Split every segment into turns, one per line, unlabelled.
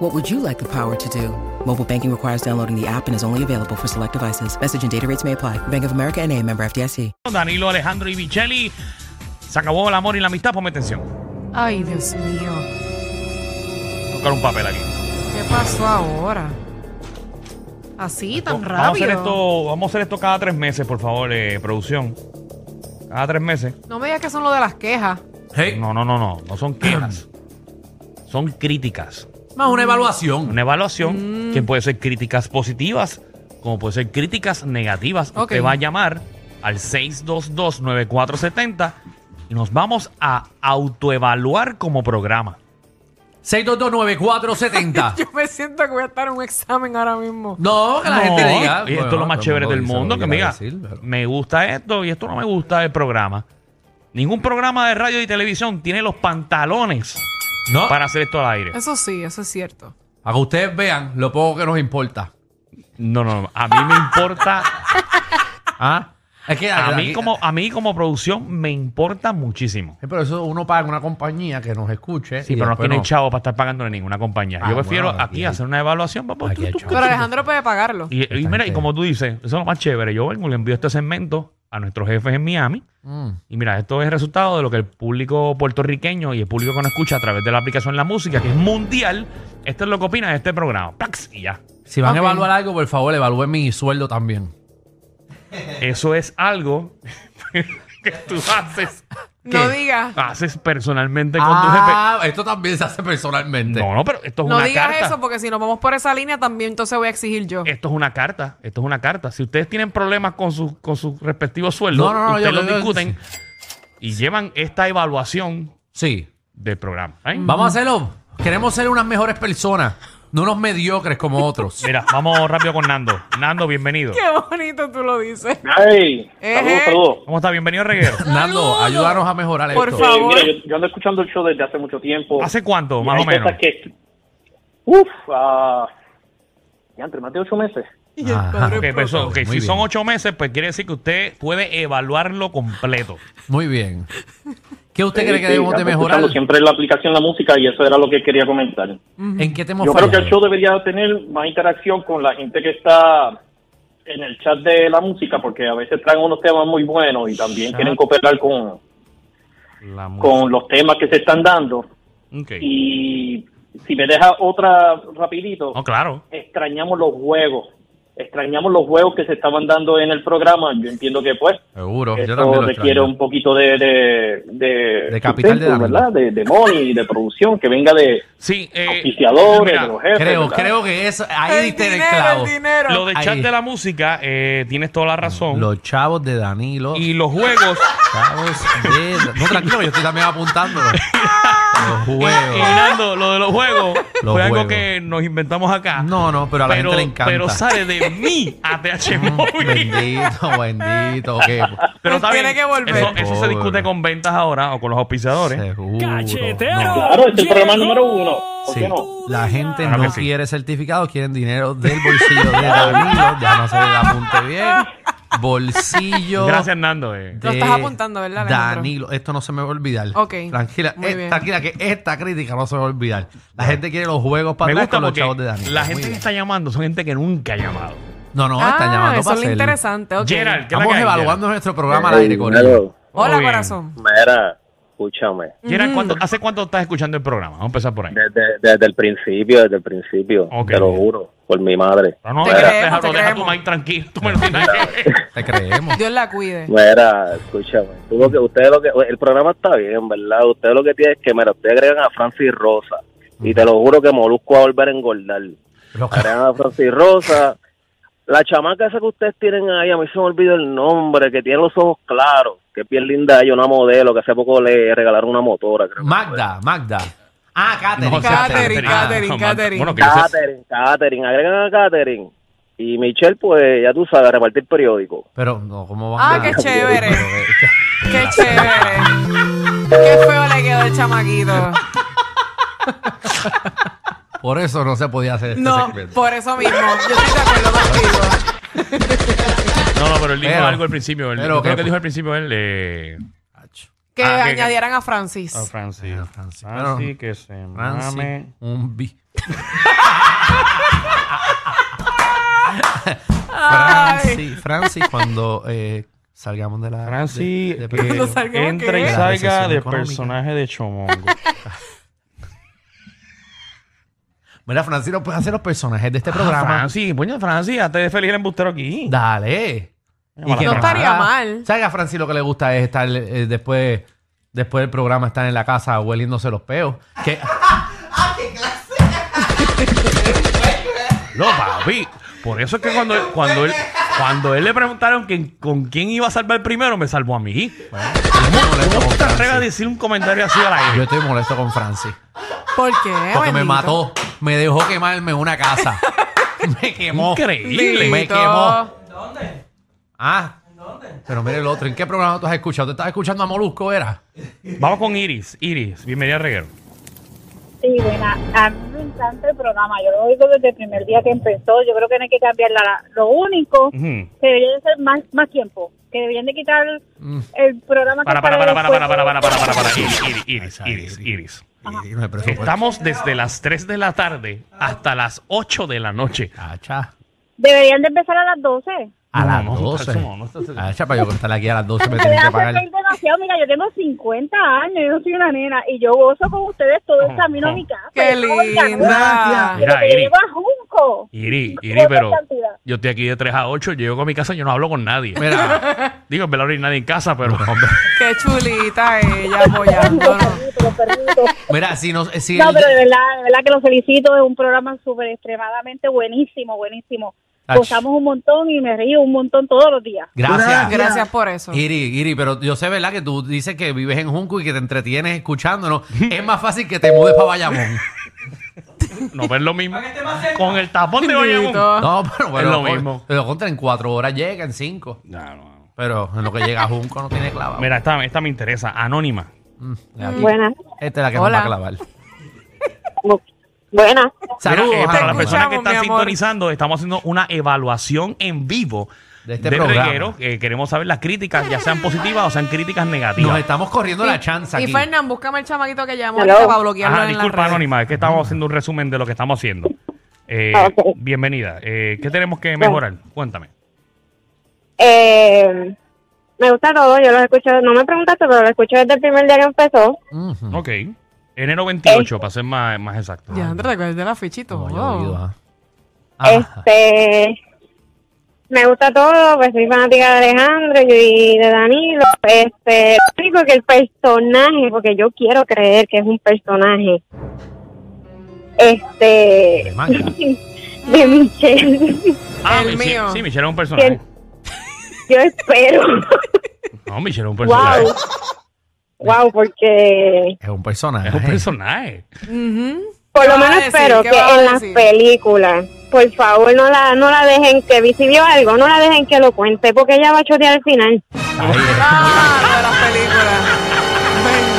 What would you like the power to do? Mobile banking requires downloading the app and is only available for select devices. Message and data rates may apply. Bank of America and a member FDIC.
Danilo Alejandro y Bichelli. Se acabó el amor y la amistad, ponme atención.
Ay, Dios mío.
Voy a Buscar un papel aquí.
¿Qué pasó ahora? Así, tan rápido.
Vamos a hacer esto, vamos a hacer esto cada tres meses, por favor, eh, producción. Cada tres meses.
No me digas que son lo de las quejas.
Hey,
No, no, no, no. No son quejas. son críticas.
más una evaluación.
Una
Mm.
evaluación que puede ser críticas positivas, como puede ser críticas negativas.
Ok.
Usted va a llamar al 622-9470 y nos vamos a autoevaluar como programa.
6229470.
Yo me siento que voy a estar en un examen ahora mismo.
No, que la
No,
gente le diga. pues
y esto es lo más chévere del mundo, que me diga, me gusta esto y esto no me gusta del programa. Ningún programa de radio y televisión tiene los pantalones
No,
para hacer esto al aire.
Eso sí, eso es cierto.
para que ustedes vean lo poco que nos importa.
No, no, no. A mí me importa.
¿Ah? Es que
A mí
aquí-
como, a mí como producción me importa muchísimo.
Eh, Pero eso uno paga una compañía que nos escuche.
Sí,
y
pero no
después
tiene chavo para estar pagándole ninguna compañía.
Ah,
Yo prefiero
bueno,
aquí
aquí hay-
hacer una evaluación, papá.
aquí
tú-
hay
tú-
chavo.
Pero Alejandro puede pagarlo.
Y, y mira, y como tú dices, eso es lo más chévere. Yo vengo y le envío este segmento a nuestros jefes en Miami.
Mm.
Y mira, esto es el resultado de lo que el público puertorriqueño y el público que nos escucha a través de la aplicación La Música, que es mundial, esto es lo que opina de este programa. Plax, y ya.
Si van
Ok.
a evaluar algo, por favor, evalúen mi sueldo también.
Eso es algo que tú haces.
No
que
digas.
Haces personalmente con
Ah, esto también se hace
tu
personalmente.
jefe. No, no, pero esto es
No
una
digas
carta. Eh.
eso porque si nos vamos por esa línea también entonces voy a exigir yo.
Esto es una carta, esto es una carta. Si ustedes tienen problemas con sus con sus respectivos sueldos,
No, no, no,
ustedes
yo-
los
yo-
discuten y llevan esta evaluación
Sí.
del programa. ¿eh?
Vamos a hacerlo. Queremos ser unas mejores personas, no unos mediocres como otros.
Mira, vamos rápido con Nando. Nando, bienvenido.
Qué bonito tú lo dices.
Hey,
Eh,
Ejé.
saludos, saludos.
¿Cómo está? Bienvenido, Reguero.
Nando, ayúdanos a mejorar
Por
esto.
Eh,
favor.
mira, yo, yo ando escuchando el show desde hace mucho tiempo.
¿Hace cuánto,
Y
más
hay
o menos?
cosas que- uf, ah, ya entre más de ocho meses.
Y el
Ajá.
pobre
Ok,
pro-
pues eso,
Ok,
ok,
muy
si
bien.
son ocho meses, pues quiere decir que usted puede evaluarlo completo.
Muy bien. ¿Qué usted cree que
Sí,
debemos
ando
de mejorar?
escuchando Siempre la aplicación, la música, y eso era lo que quería comentar.
¿En qué te hemos
Yo creo que el
fallado?
show debería tener más interacción con la gente que está en el chat de la música, porque a veces traen unos temas muy buenos y también
Chat.
quieren cooperar con,
La música.
con los temas que se están dando.
Ok.
Y si me deja otra rapidito.
No, claro.
extrañamos los juegos. Extrañamos los juegos que se estaban dando en el programa. Yo entiendo que, pues,
Seguro, yo
esto
también lo
requiere
extraño.
un poquito de... De, de,
De capital de
sustento,
Danilo.
¿verdad? De, de money, de producción, que venga de
Sí, eh,
oficiadores,
mira,
de los jefes.
Creo,
¿verdad?
creo que eso, ahí
El
diste en el
dinero,
clavo.
el dinero.
lo de chat
Ahí.
de la música, eh, tienes toda la razón.
Los chavos de Danilo.
y los juegos,
Chavos de... No, tranquilo, yo estoy también apuntándolo. Los
y
juegos.
Nando, lo de los juegos,
Los
fue algo
juegos.
que nos inventamos acá.
No, no, pero a la
pero,
gente le encanta. Mm,
pero sale de mí ATH Móvil.
Bendito, bendito. qué-
Pero está
Tiene
bien,
que volver.
Eso, eso se
Pobre.
discute con ventas ahora o con los auspiciadores.
Seguro. No.
Claro, este es el programa número uno. ¿Por
Sí,
qué no?
la gente
Claro que
no
sí.
quiere certificado, quieren dinero del bolsillo de Danilo. Ya no se le apunte bien. Bolsillo.
Gracias, Nando. eh.
Lo estás apuntando, ¿verdad, Alejandro?
Danilo, esto no se me va a olvidar.
Ok.
Tranquila,
Muy
eh,
bien.
tranquila, que esta crítica no se me va a olvidar. La gente quiere los juegos
Me
para atrás
gusta
con los
porque
chavos de Danilo.
la
Muy
gente que
bien.
está llamando son gente que nunca ha llamado.
No, no,
ah,
están llamando
eso
para
es lo
hacer-
interesante. ok.
Gerald, ¿qué es la
Estamos
que hay,
evaluando nuestro
eh,
programa al aire con ellos.
Hola,
Muy bien.
corazón.
Mira, escúchame.
Gerald? Gerald, ¿cuánto- ¿hace cuánto estás escuchando el programa? Vamos a empezar por ahí.
Desde, desde el principio, desde el principio.
Ok.
Te lo juro, por mi madre.
No, no,
Te
deja-
creemos,
déjalo,
te
deja tu
creemos.
mic tranquilo. Tú me lo tienes que-
Te creemos.
Dios la cuide.
Mira, escúchame. Tú lo que, ustedes lo que, el programa está bien, ¿verdad? Ustedes lo que tienen es que, mira, ustedes agregan a Francis Rosa. Y te lo juro que Molusco va a volver a engordar.
Lo que-
Agregan a Francis Rosa. La chamaca esa que ustedes tienen ahí, a mí se me olvidó el nombre, que tiene los ojos claros, que es bien linda ella, una modelo, que hace poco le regalaron una motora, creo.
Magda, Magda. Ah, Catherine.
No,
Catherine,
Ah,
Catherine,
no,
Catherine.
Bueno, que yo sé-
Catherine, Catherine, agregan a Catherine. Y Michelle, pues ya tú sabes, a repartir periódico.
Pero, no, ¿cómo van
Ah,
a-
qué chévere.
Pero, eh,
Qué chévere. Qué feo le quedó el chamaquito.
Por eso no se podía hacer este
No,
segmento.
por eso mismo. Yo estoy de acuerdo
Ah,
contigo.
No, no, pero él dijo
Pero-
algo al principio. Él,
pero
yo creo
que-
que dijo al principio él. Eh,
Acho.
Que
Ah, que-
añadieran a Francis.
a Francis.
Ah, Francis. Pero-
que se
Nancy,
mame.
un bi. Francis, Francis, cuando eh, salgamos de la.
Francis,
de- de-
que
eh, Cuando salga,
entra
¿qué?
y
La
salga
recesión
de
económica.
personaje de Chomongo.
Mira, Francis, no puedes hacer los personajes de
Ah,
este programa.
Francis, puño Francis, hazte de feliz el embustero aquí.
Dale.
Llámala,
que
No
nada.
estaría mal.
O sea, que a Francis lo que le gusta es estar eh, después, después del programa, estar en la casa hueliéndose los peos. Que...
No, papi. Por eso es que cuando, cuando él cuando él le preguntaron que- con quién iba a salvar primero, me salvó a mí.
Yo estoy molesto
¿Cómo
con
te atreves a
Francis.
decir un comentario así al
Yo
aire?
estoy molesto con Francis.
¿Por qué?
Porque me
bendito?
mató. Me dejó quemarme una casa. me quemó.
Increíble.
Me
Bendito.
quemó. Ah. Pero mire el otro. ¿En qué programa tú has escuchado? ¿Te estás escuchando a Molusco, era?
Vamos con Iris. Iris, bienvenida al reguero.
Sí, buena. A mí me encanta el programa. Yo lo oigo desde el primer día que empezó. Yo creo que no hay que cambiar la... Lo único
Ujú.
que debería de ser más, más tiempo. Que deberían de quitar el programa
Mm. Para,
que
para, para, para, para, para, para, para, para, para.
después.
Iris, Iris, Iris,
Esa
Iris,
Iris.
Iris.
Y no hay presupuesto.
Estamos desde las 3 de la tarde hasta las 8 de la noche.
Cacha.
Deberían de empezar a las 12.
A
No,
las
no, no,
12.
no, no, no, no, no.
Cacha, para yo contarle aquí a las 12 me
Me
tienen que
hace
pagar.
reír demasiado. Mira, yo tengo 50 años, yo no soy una nena. Y yo gozo con ustedes todo el camino a mi casa.
Qué
Yo no voy a
linda.
Pero
Mira,
te
Iri.
llevo a Junco.
Iri, Iri,
Otra
pero
cantidad.
yo estoy aquí de 3 a 8, llego a mi casa y yo no hablo con nadie.
Mira,
Digo, en verdad no hay nadie en casa, pero...
Qué chulita ella apoyándonos.
Los perritos.
mira, si no. Si
No,
el-
pero de verdad, de verdad que lo felicito. Es un programa súper extremadamente buenísimo, buenísimo.
Ach.
Gozamos un montón y me río un montón todos los días.
Gracias.
Gracias por eso.
Iri, Iri, pero yo sé, ¿verdad? Que tú dices que vives en Junco y que te entretienes escuchándonos. Es más fácil que te mudes para Bayamón.
No ves lo mismo. Con el tapón de Bayamón.
Bendito.
No, pero bueno. pues,
Es lo mismo.
Pero contra en cuatro horas llega, en cinco.
No, no, no.
Pero en lo que llega a Junco no tiene clava.
Mira, esta, esta me interesa. Anónima.
Mm, aquí.
Buenas,
Esta es la que
Hola.
nos va a clavar.
buenas.
Saludos
Mira, eh, para
Anónima.
las personas
Escuchamos,
que están
mi amor.
sintonizando, estamos haciendo una evaluación en vivo
De este
del
programa.
reguero. Eh, queremos saber las críticas, ya sean positivas o sean críticas negativas.
Nos estamos corriendo la chance
Y
aquí.
Fernán, búscame el chamaquito que llamó
Hello.
ahorita para bloquearlo
Ajá,
en la
disculpa,
red.
Anónima, es que estamos haciendo un resumen de lo que estamos haciendo. Eh,
Ah, ok. Ah.
Bienvenida. Eh, ¿Qué tenemos que mejorar? Cuéntame.
Eh, me gusta todo, yo los escucho, no me preguntaste, pero los escucho desde el primer día que empezó.
Ujú.
Ok. Enero 28, para ser más, más exacto.
Ya, André, te acuerdas de la fichita.
No, yo
wow.
olvido, ah. Ah,
Este, me gusta todo, pues soy fanática de Alejandro y de Danilo. Este, lo único que el personaje, porque yo quiero creer que es un personaje.
De
Este,
manga.
de Michelle.
Ah,
El
Michelle-
mío.
Sí, Michelle es un personaje.
Yo espero.
No, Michelle es un personaje.
wow. Wow, porque
es un personaje.
Es un personaje.
Ujú.
por
¿Qué vas
lo
a
menos
decir?
espero
¿Qué
que
vas a
en las
decir?
películas, por favor, no la no la dejen que vi- si vio algo, no la dejen que lo cuente, porque ella va a chotear al final.
Ahí es.
Ah, de las películas.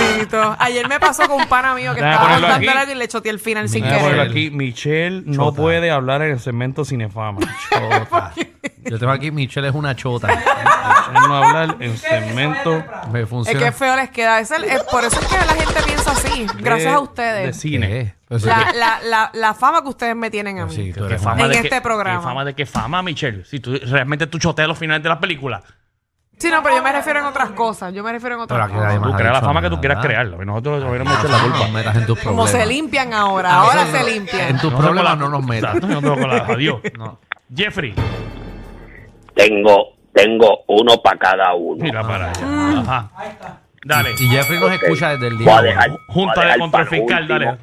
Bendito. Ayer me pasó con un pana mío que
Déjame
estaba
ponerlo
contando
aquí.
algo y le choteé el final sin
Déjame
Voy a ponerlo
querer.
Michelle.
aquí. Michelle no
Chota.
puede hablar en el segmento Cinefama.
Chota. Yo tengo aquí, Michelle es una chota.
Michelle no hablar en segmento
Me
Es
funciona.
que feo les queda. Es el- es- por eso es que la gente piensa así.
de-
Gracias a
de
ustedes.
cine.
¿Qué? Pero sí
La,
que-
la, la, la fama que ustedes me tienen a mí.
sí, tú
¿Qué
eres
fama
una-
En
de
este
qué-
programa.
¿Qué fama de qué fama, Michelle? Si tú realmente tú choteas los finales de las películas.
Sí, no, pero yo me refiero en otras cosas. Yo me refiero en
Pero
otras
aquí nadie
cosas.
más
Tú
ha
creas la
dicho
fama que tú
nada.
quieras crearla. porque Nosotros no hubiéramos hecho la
No,
culpa.
Ah, no metas en tus
Como
problemas.
se limpian ahora.
Ah,
Ahora
eso
se
no.
limpian.
En tus
No se
problemas
cola-
no nos metas.
Exacto, no te colas. Adiós.
No.
Jeffrey.
Tengo, tengo uno para cada uno.
Mira para allá.
Mm.
Ajá. Dale.
Ah. Y Jeffrey nos escucha desde el
Voy
día.
a dejar,
uno.
voy a
Junta de
dejar
control
para lo
fiscal,
último.
dale.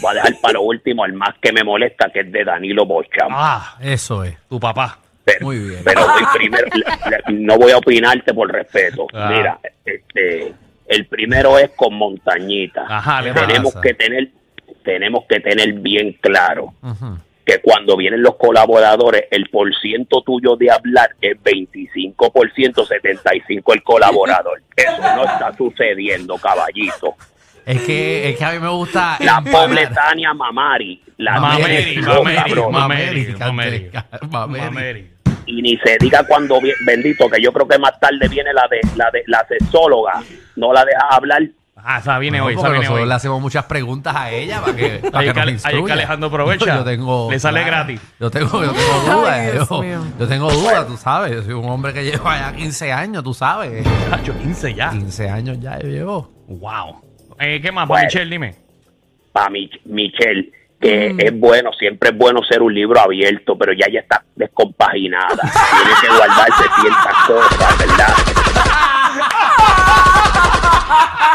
Voy a dejar para lo último el más que me molesta, que es de Danilo Bocham.
Ah,
Eso es.
tu papá.
pero,
muy bien.
pero voy primero, le- le- no voy a opinarte por respeto.
Ah.
Mira, este, el primero es con Montañita.
Ajá, le
tenemos
pasa.
que tener, tenemos que tener bien claro
Ujú.
que cuando vienen los colaboradores, el por ciento tuyo de hablar es 25%, 75% el colaborador. Eso no está sucediendo, caballito.
Es que, es que a mí me gusta.
La
empatar.
pobre Tania Mamari, la
Mameri,
tiene
Mameri,
cabrón.
Mameri, Mameri.
Mameri, Mameri.
Mameri.
y ni se diga cuando vi- bendito que yo creo que más tarde viene la de la de la sexóloga no la deja hablar
Ah, esa viene
No,
hoy, esa
porque
viene
nosotros
hoy.
le hacemos muchas preguntas a ella para que, para
Ahí
que
que
nos
Ale- ahí es que
instruya.
Alejandro aprovecha.
Yo tengo,
Le sale gratis.
Yo tengo, yo tengo dudas.
Ay, Dios
yo,
mío.
yo tengo dudas, tú sabes. Yo soy un hombre que lleva ya 15 años, tú sabes.
Cacho, 15 ya.
15 años ya llevo.
Wow. Eh, ¿Qué más,
Bueno.
Michelle? Dime.
para Michelle que
Mm.
es bueno siempre es bueno ser un libro abierto pero ya ya está descompaginada tiene que guardarse ciertas cosas verdad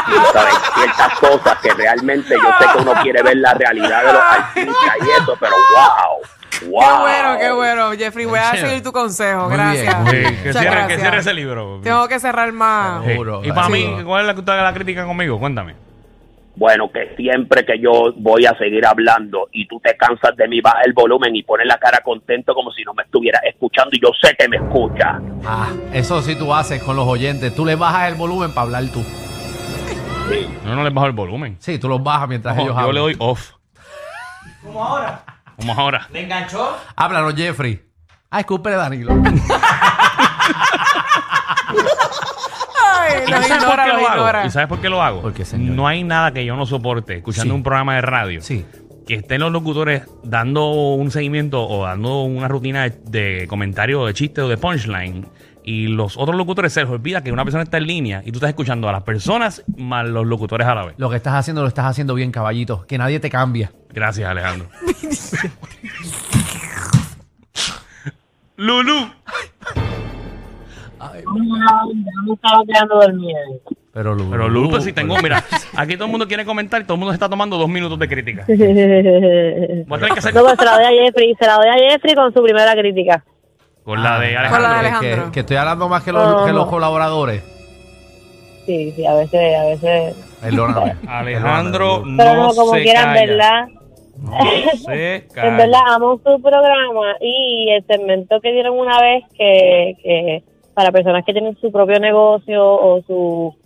Tú sabes, ciertas cosas que realmente yo sé que uno quiere ver la realidad de los artistas y eso pero wow wow
Qué bueno, qué bueno, Jeffrey. Voy a
Chévere.
seguir tu consejo.
Muy bien,
gracias.
muy
Sí,
bien.
Eh,
Eh,
que,
Muchas
cierre, que
gracias.
cierre ese libro.
Tengo que cerrar más.
Sí.
Juro,
Y para
sí.
mí, ¿cuál es la, que usted haga la crítica conmigo? Cuéntame.
Bueno, que siempre que yo voy a seguir hablando y tú te cansas de mí, baja el volumen y pones la cara contento como si no me estuvieras escuchando y yo sé que me escuchas.
Ah, eso sí tú haces con los oyentes. Tú le bajas el volumen para hablar tú.
Yo no le bajo el volumen.
Sí, tú los bajas mientras
Ojo,
ellos
yo
hablan.
le doy off. Como ahora. Como ahora.
Háblanos, Jeffrey. Ah, escúpele, Danilo.
Ay,
¿Y
los
sabes por
ignora,
qué
los
lo
ignora.
hago? ¿Y sabes por qué lo hago?
¿Por qué, señor?
no hay nada que yo no soporte escuchando
Sí.
un programa de radio.
Sí.
Que estén los locutores dando un seguimiento o dando una rutina de, de comentario, de chiste o de punchline. Y los otros locutores se les olvida que una persona está en línea y tú estás escuchando a las personas más los locutores a la vez.
Lo que estás haciendo lo estás haciendo bien, caballito. Que nadie te cambia.
Gracias, Alejandro. Lulu.
me estaba quedando dormida.
Pero Lulu.
Pero Lulu, pues si tengo, mira, aquí todo el mundo quiere comentar y todo el mundo se está tomando dos minutos de crítica. Voy a tener que hacer
No, pues se la doy a Jeffrey, se la doy a Jeffrey con su primera crítica.
con la de
Ah,
Con la de
Alejandro.
Alejandro.
Que, que estoy hablando más que los,
No,
que los
no.
colaboradores.
Sí, sí, a veces, a veces.
Perdóname.
Alejandro
Perdóname,
no,
Pero no, como
se
quieran,
calla.
¿verdad?
No se calla.
En verdad, amo su programa y el segmento que dieron una vez que, que para personas que tienen su propio negocio o su,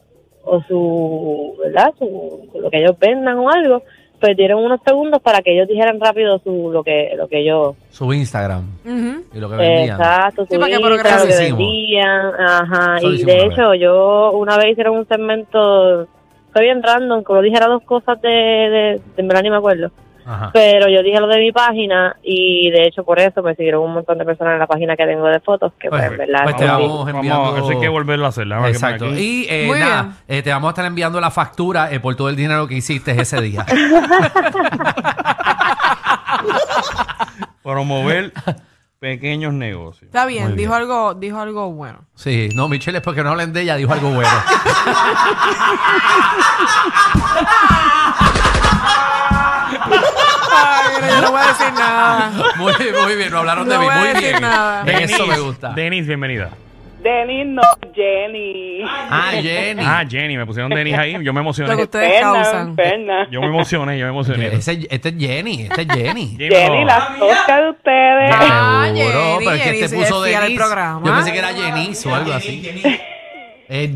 o su ¿verdad? Su, lo que ellos vendan o algo, pues dieron unos segundos para que ellos dijeran rápido su, lo que lo que ellos...
Lulu. Su Instagram.
Ujú.
Y lo que vendían.
Exacto,
Sí,
su
para que
Insta,
progresen.
lo que
Eso hicimos.
vendían, ajá.
Eso lo
y
hicimos
de
una
hecho, yo una vez hicieron un segmento, fue bien random, como dijera dos cosas de, de, de en verdad ni me acuerdo
Ajá.
pero yo dije lo de mi página y de hecho por eso me siguieron un montón de personas en la página que tengo de fotos que pues,
Pues,
en verdad
pues te
sí.
vamos enviando.
eso hay que volverlo a hacer. déjame que
Exacto.
ponga aquí.
Y eh,
Muy
nada, eh, te vamos a estar enviando la factura eh, por todo el dinero que hiciste ese día.
Promover pequeños negocios.
Está bien, dijo algo, dijo algo bueno.
sí, no, Michelle, es porque no hablen de ella, dijo algo bueno.
Ay, mira, yo no voy a decir nada.
Muy, bien, muy bien, no hablaron de
No
mí.
voy a
Muy
decir
bien.
nada.
De eso me gusta.
Denis, bienvenida.
Denis no, Jenny.
Ah, Jenny.
Ah, Jenny, me pusieron Denis ahí. Yo me
Lo que
emocioné.
ustedes causan.
pues,
Ferna.
Yo me emocioné, yo me emocioné.
Ese- este es Jenny, este es Jenny.
Dímelo.
Jenny, la tosca de ustedes.
Ah,
Seguro,
Jenny,
pero es que
Jenny,
te
si
puso
es fiel al
Denis.
programa.
Yo pensé que era Jenny o algo así. Es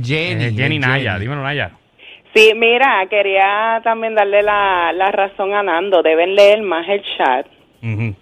Jenny.
Eh,
es
Jenny Naya, dímelo Naya.
Sí, mira, quería también darle la, la razón a Nando. Deben leer más el chat.
Ujú.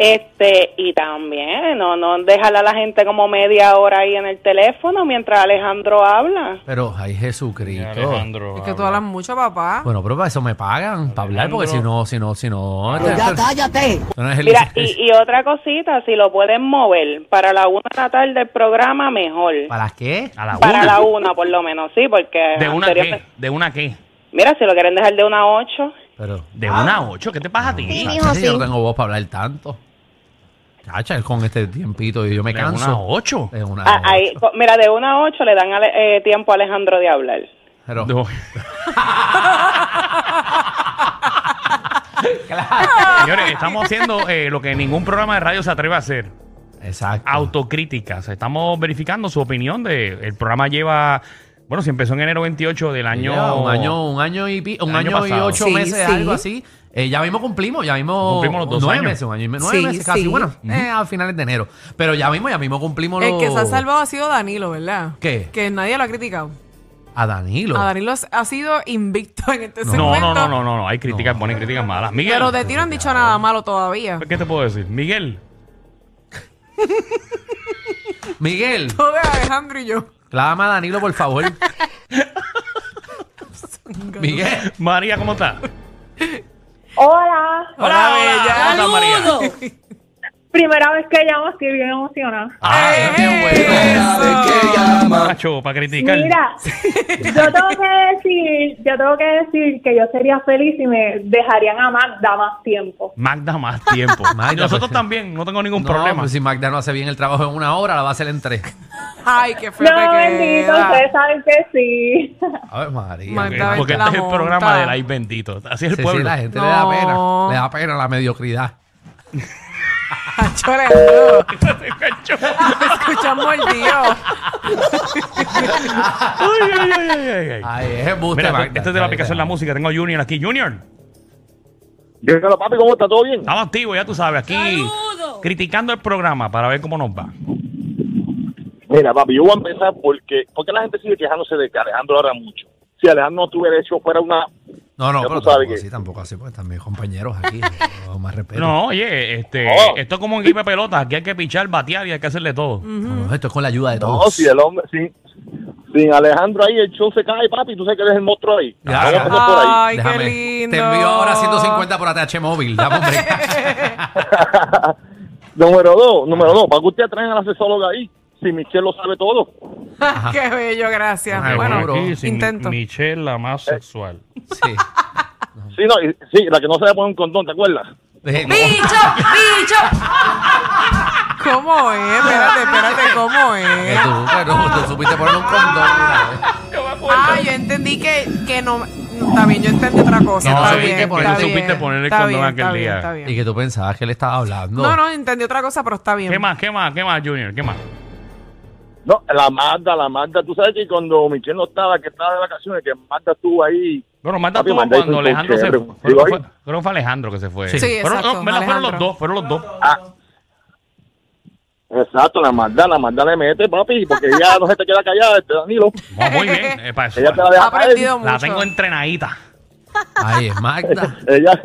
Este, y también, no, no dejar a la gente como media hora ahí en el teléfono mientras Alejandro habla.
Pero, ay, Jesucristo.
Alejandro.
Es que tú
habla.
hablas mucho, papá.
Bueno, pero para eso me pagan, para hablar, porque si no, si no, si no. este
Ya
tá,
cállate.
esto no es el-
Mira, y, y otra cosita, si lo pueden mover para la una de la tarde del programa, mejor.
¿Para qué?
A la
Para
una.
la una, por lo menos, sí, porque...
¿De una
anteriormente-
qué? ¿De una qué?
Mira, si lo quieren dejar de una a ocho...
Pero.
¿De
Ah.
una a ocho? ¿Qué te pasa a ti?
Chacha, si Yo no tengo voz para hablar tanto. Chacha, con este tiempito y yo me
¿De una a
canso.
ocho?
Es una.
Ah, ahí, co- mira, de 1 a 8 le dan ale- eh, tiempo a Alejandro de hablar.
Pero,
No. Señores, estamos haciendo eh, lo que ningún programa de radio se atreve a hacer.
Exacto.
Autocríticas. Estamos verificando su opinión de el programa lleva Bueno, si empezó en enero 28 del año.
Ya, un año, un año y pi- un
año
año, y
pasado.
ocho
Sí,
meses,
sí.
algo así. Eh, ya mismo cumplimos, ya mismo
Cumplimos los dos
nueve
años.
meses, un año y me- nueve
Sí,
meses casi,
sí.
bueno, eh, a finales de enero. Pero ya mismo, ya mismo cumplimos
El que
los-
se ha salvado ha sido Danilo, ¿verdad?
¿Qué?
Que nadie lo ha criticado.
a Danilo.
A Danilo ha sido invicto en este
No,
segmento.
no, no, no, no, no. Hay críticas buenas y críticas malas. Miguel.
Pero de ti no han dicho nada malo todavía.
¿Qué te puedo decir? Miguel.
Miguel,
Joder, Alejandro y yo.
clama a Danilo, por favor. Miguel,
María, ¿cómo estás?
Hola,
Hola, bella.
hola.
¿Cómo estás, María?
primera vez que llamo, estoy bien emocionada.
Ah,
¡Eh!
macho, para criticar.
Mira, yo tengo que decir, yo tengo que decir que yo sería feliz si me dejarían a Magda más tiempo.
Magda más tiempo.
Magda,
Y Nosotros
pues,
también, no tengo ningún
no,
problema.
pues si Magda no hace bien el trabajo en una hora, la va a hacer en tres.
Ay, qué feo
No,
te
bendito,
queda.
ustedes saben que sí.
A ver, María.
Magda,
Eh,
Sí,
Porque
la
este es el
monta.
programa del ay bendito. Así es el
sí,
pueblo.
la gente
No.
le da pena. Le da pena la mediocridad.
Cacho, Alejandro,
Cacho.
Escuchamos el tío.
Ay, ay, ay, ay, ay, ay.
Ay, es embuste,
Mira,
Magda.
este es de la aplicación La Música. Tengo a Junior aquí. Junior,
Dígalo, papi, ¿cómo está? ¿Todo bien?
estamos activos, ya tú sabes, aquí criticando el programa para ver cómo nos va.
Mira, papi, yo voy a empezar porque, porque la gente sigue quejándose de que Alejandro ahora mucho. Si Alejandro no tuviera hecho fuera una...
No, no,
Ya
pero
tú sabes
tampoco
que-
así, tampoco así, porque están mis compañeros aquí. no, más respeto.
No, oye, este,
Oh.
esto es como un equipo de pelota. Aquí hay que pichar, batear y hay que hacerle todo.
Mm.
No, no, esto es con la ayuda de
No,
todos.
si el hombre... Sin, sin Alejandro ahí, el show se cae, papi. Tú sabes que eres el monstruo ahí.
Ya,
Vamos a
ya.
empezar por ahí.
Ay, qué lindo.
Te envío ahora 150 por ATH móvil. Dame un break.
Número dos, número dos. ¿Para que usted traen a la sexóloga ahí? Si Michelle lo sabe todo.
Qué bello, gracias.
Ay,
bueno,
bro.
aquí sin
intento.
Michelle, la más
Eh.
sexual.
Sí.
Sí, no, y- sí, la que no sabe poner un condón, ¿te acuerdas?
Eh, no.
¿Cómo es? Espérate, espérate, ¿cómo
Que
es?
tú, pero tú supiste poner un condón. una vez.
Ah, yo entendí que, que no. no, Está bien, yo entendí otra cosa.
Que no
está
supiste
bien,
poner-
está
no
supiste
bien,
poner el
está
condón
bien,
aquel
está
día.
bien, está bien.
Y que tú pensabas que él estaba hablando.
No, no, entendí otra cosa, pero está bien.
¿Qué más, qué más, qué más, Junior? ¿Qué más?
No, la Magda, la Magda. Tú sabes que cuando Michelle no estaba, que estaba de vacaciones, que Magda estuvo ahí.
Bueno, Magda
Papi,
tuvo
Magda hizo
cuando
un
Alejandro se
chévere,
fue. Creo que
contigo
fue,
ahí.
creo que fue Alejandro que se fue.
Sí.
Sí,
Fueron-
exacto,
no, ¿verdad? fueron los
Alejandro.
dos, fueron los dos.
Ah, exacto, la Magda, la Magda le mete, papi, porque ella no se te queda callada, este Danilo.
Bueno, muy bien, eh, para eso.
Ella te la
Ha
deja caer.
aprendido mucho.
La tengo entrenadita.
Ahí es Magda.
Ella...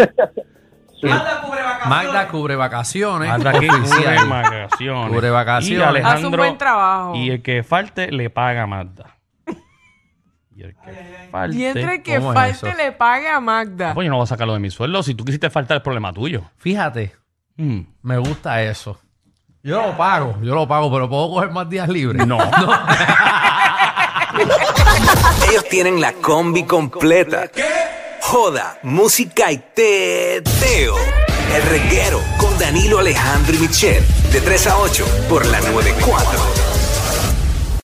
Magda cubre vacaciones.
Hasta aquí
Oficial.
cubre vacaciones.
Cubre vacaciones.
Y Alejandro,
Hace un buen trabajo.
Y el que falte le paga a Magda. Y el que falte.
Y entre que
¿Cómo es
falte
eso?
le pague a Magda.
Pues yo no voy a sacarlo de mi sueldo. Si tú quisiste faltar, el problema tuyo.
Fíjate,
Mm.
me gusta eso. Yo lo pago, yo lo pago, pero puedo coger más días libres. No.
Ellos tienen la combi completa. Joda, música y teo. El reguero con Danilo Alejandro y Michel. De 3 a 8 por la 94.